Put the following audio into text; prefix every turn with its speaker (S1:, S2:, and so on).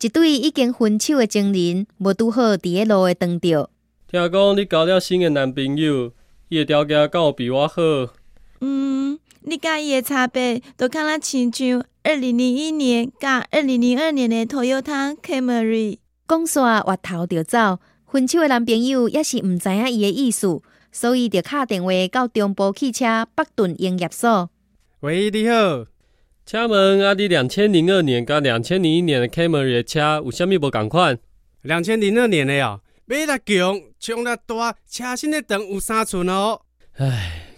S1: 一对已经分手的情人，无拄好伫咧路的撞着。
S2: 听讲你交了新的男朋友，伊的条件敢有比我好？
S3: 嗯，你甲伊的差别，都敢若亲像二零零一年甲二零零二年的 Toyota Camry。
S1: 讲煞越头就走，分手的男朋友也是毋知影伊的意思，所以就敲电话到中部汽车北屯营业所。
S4: 喂，你好，
S2: 请问啊，你两千零二年甲两千零一年的 Camry 的车有啥物无共款？
S4: 两千零二年的哦，马力强，冲力大，车身的长有三寸哦。
S2: 唉，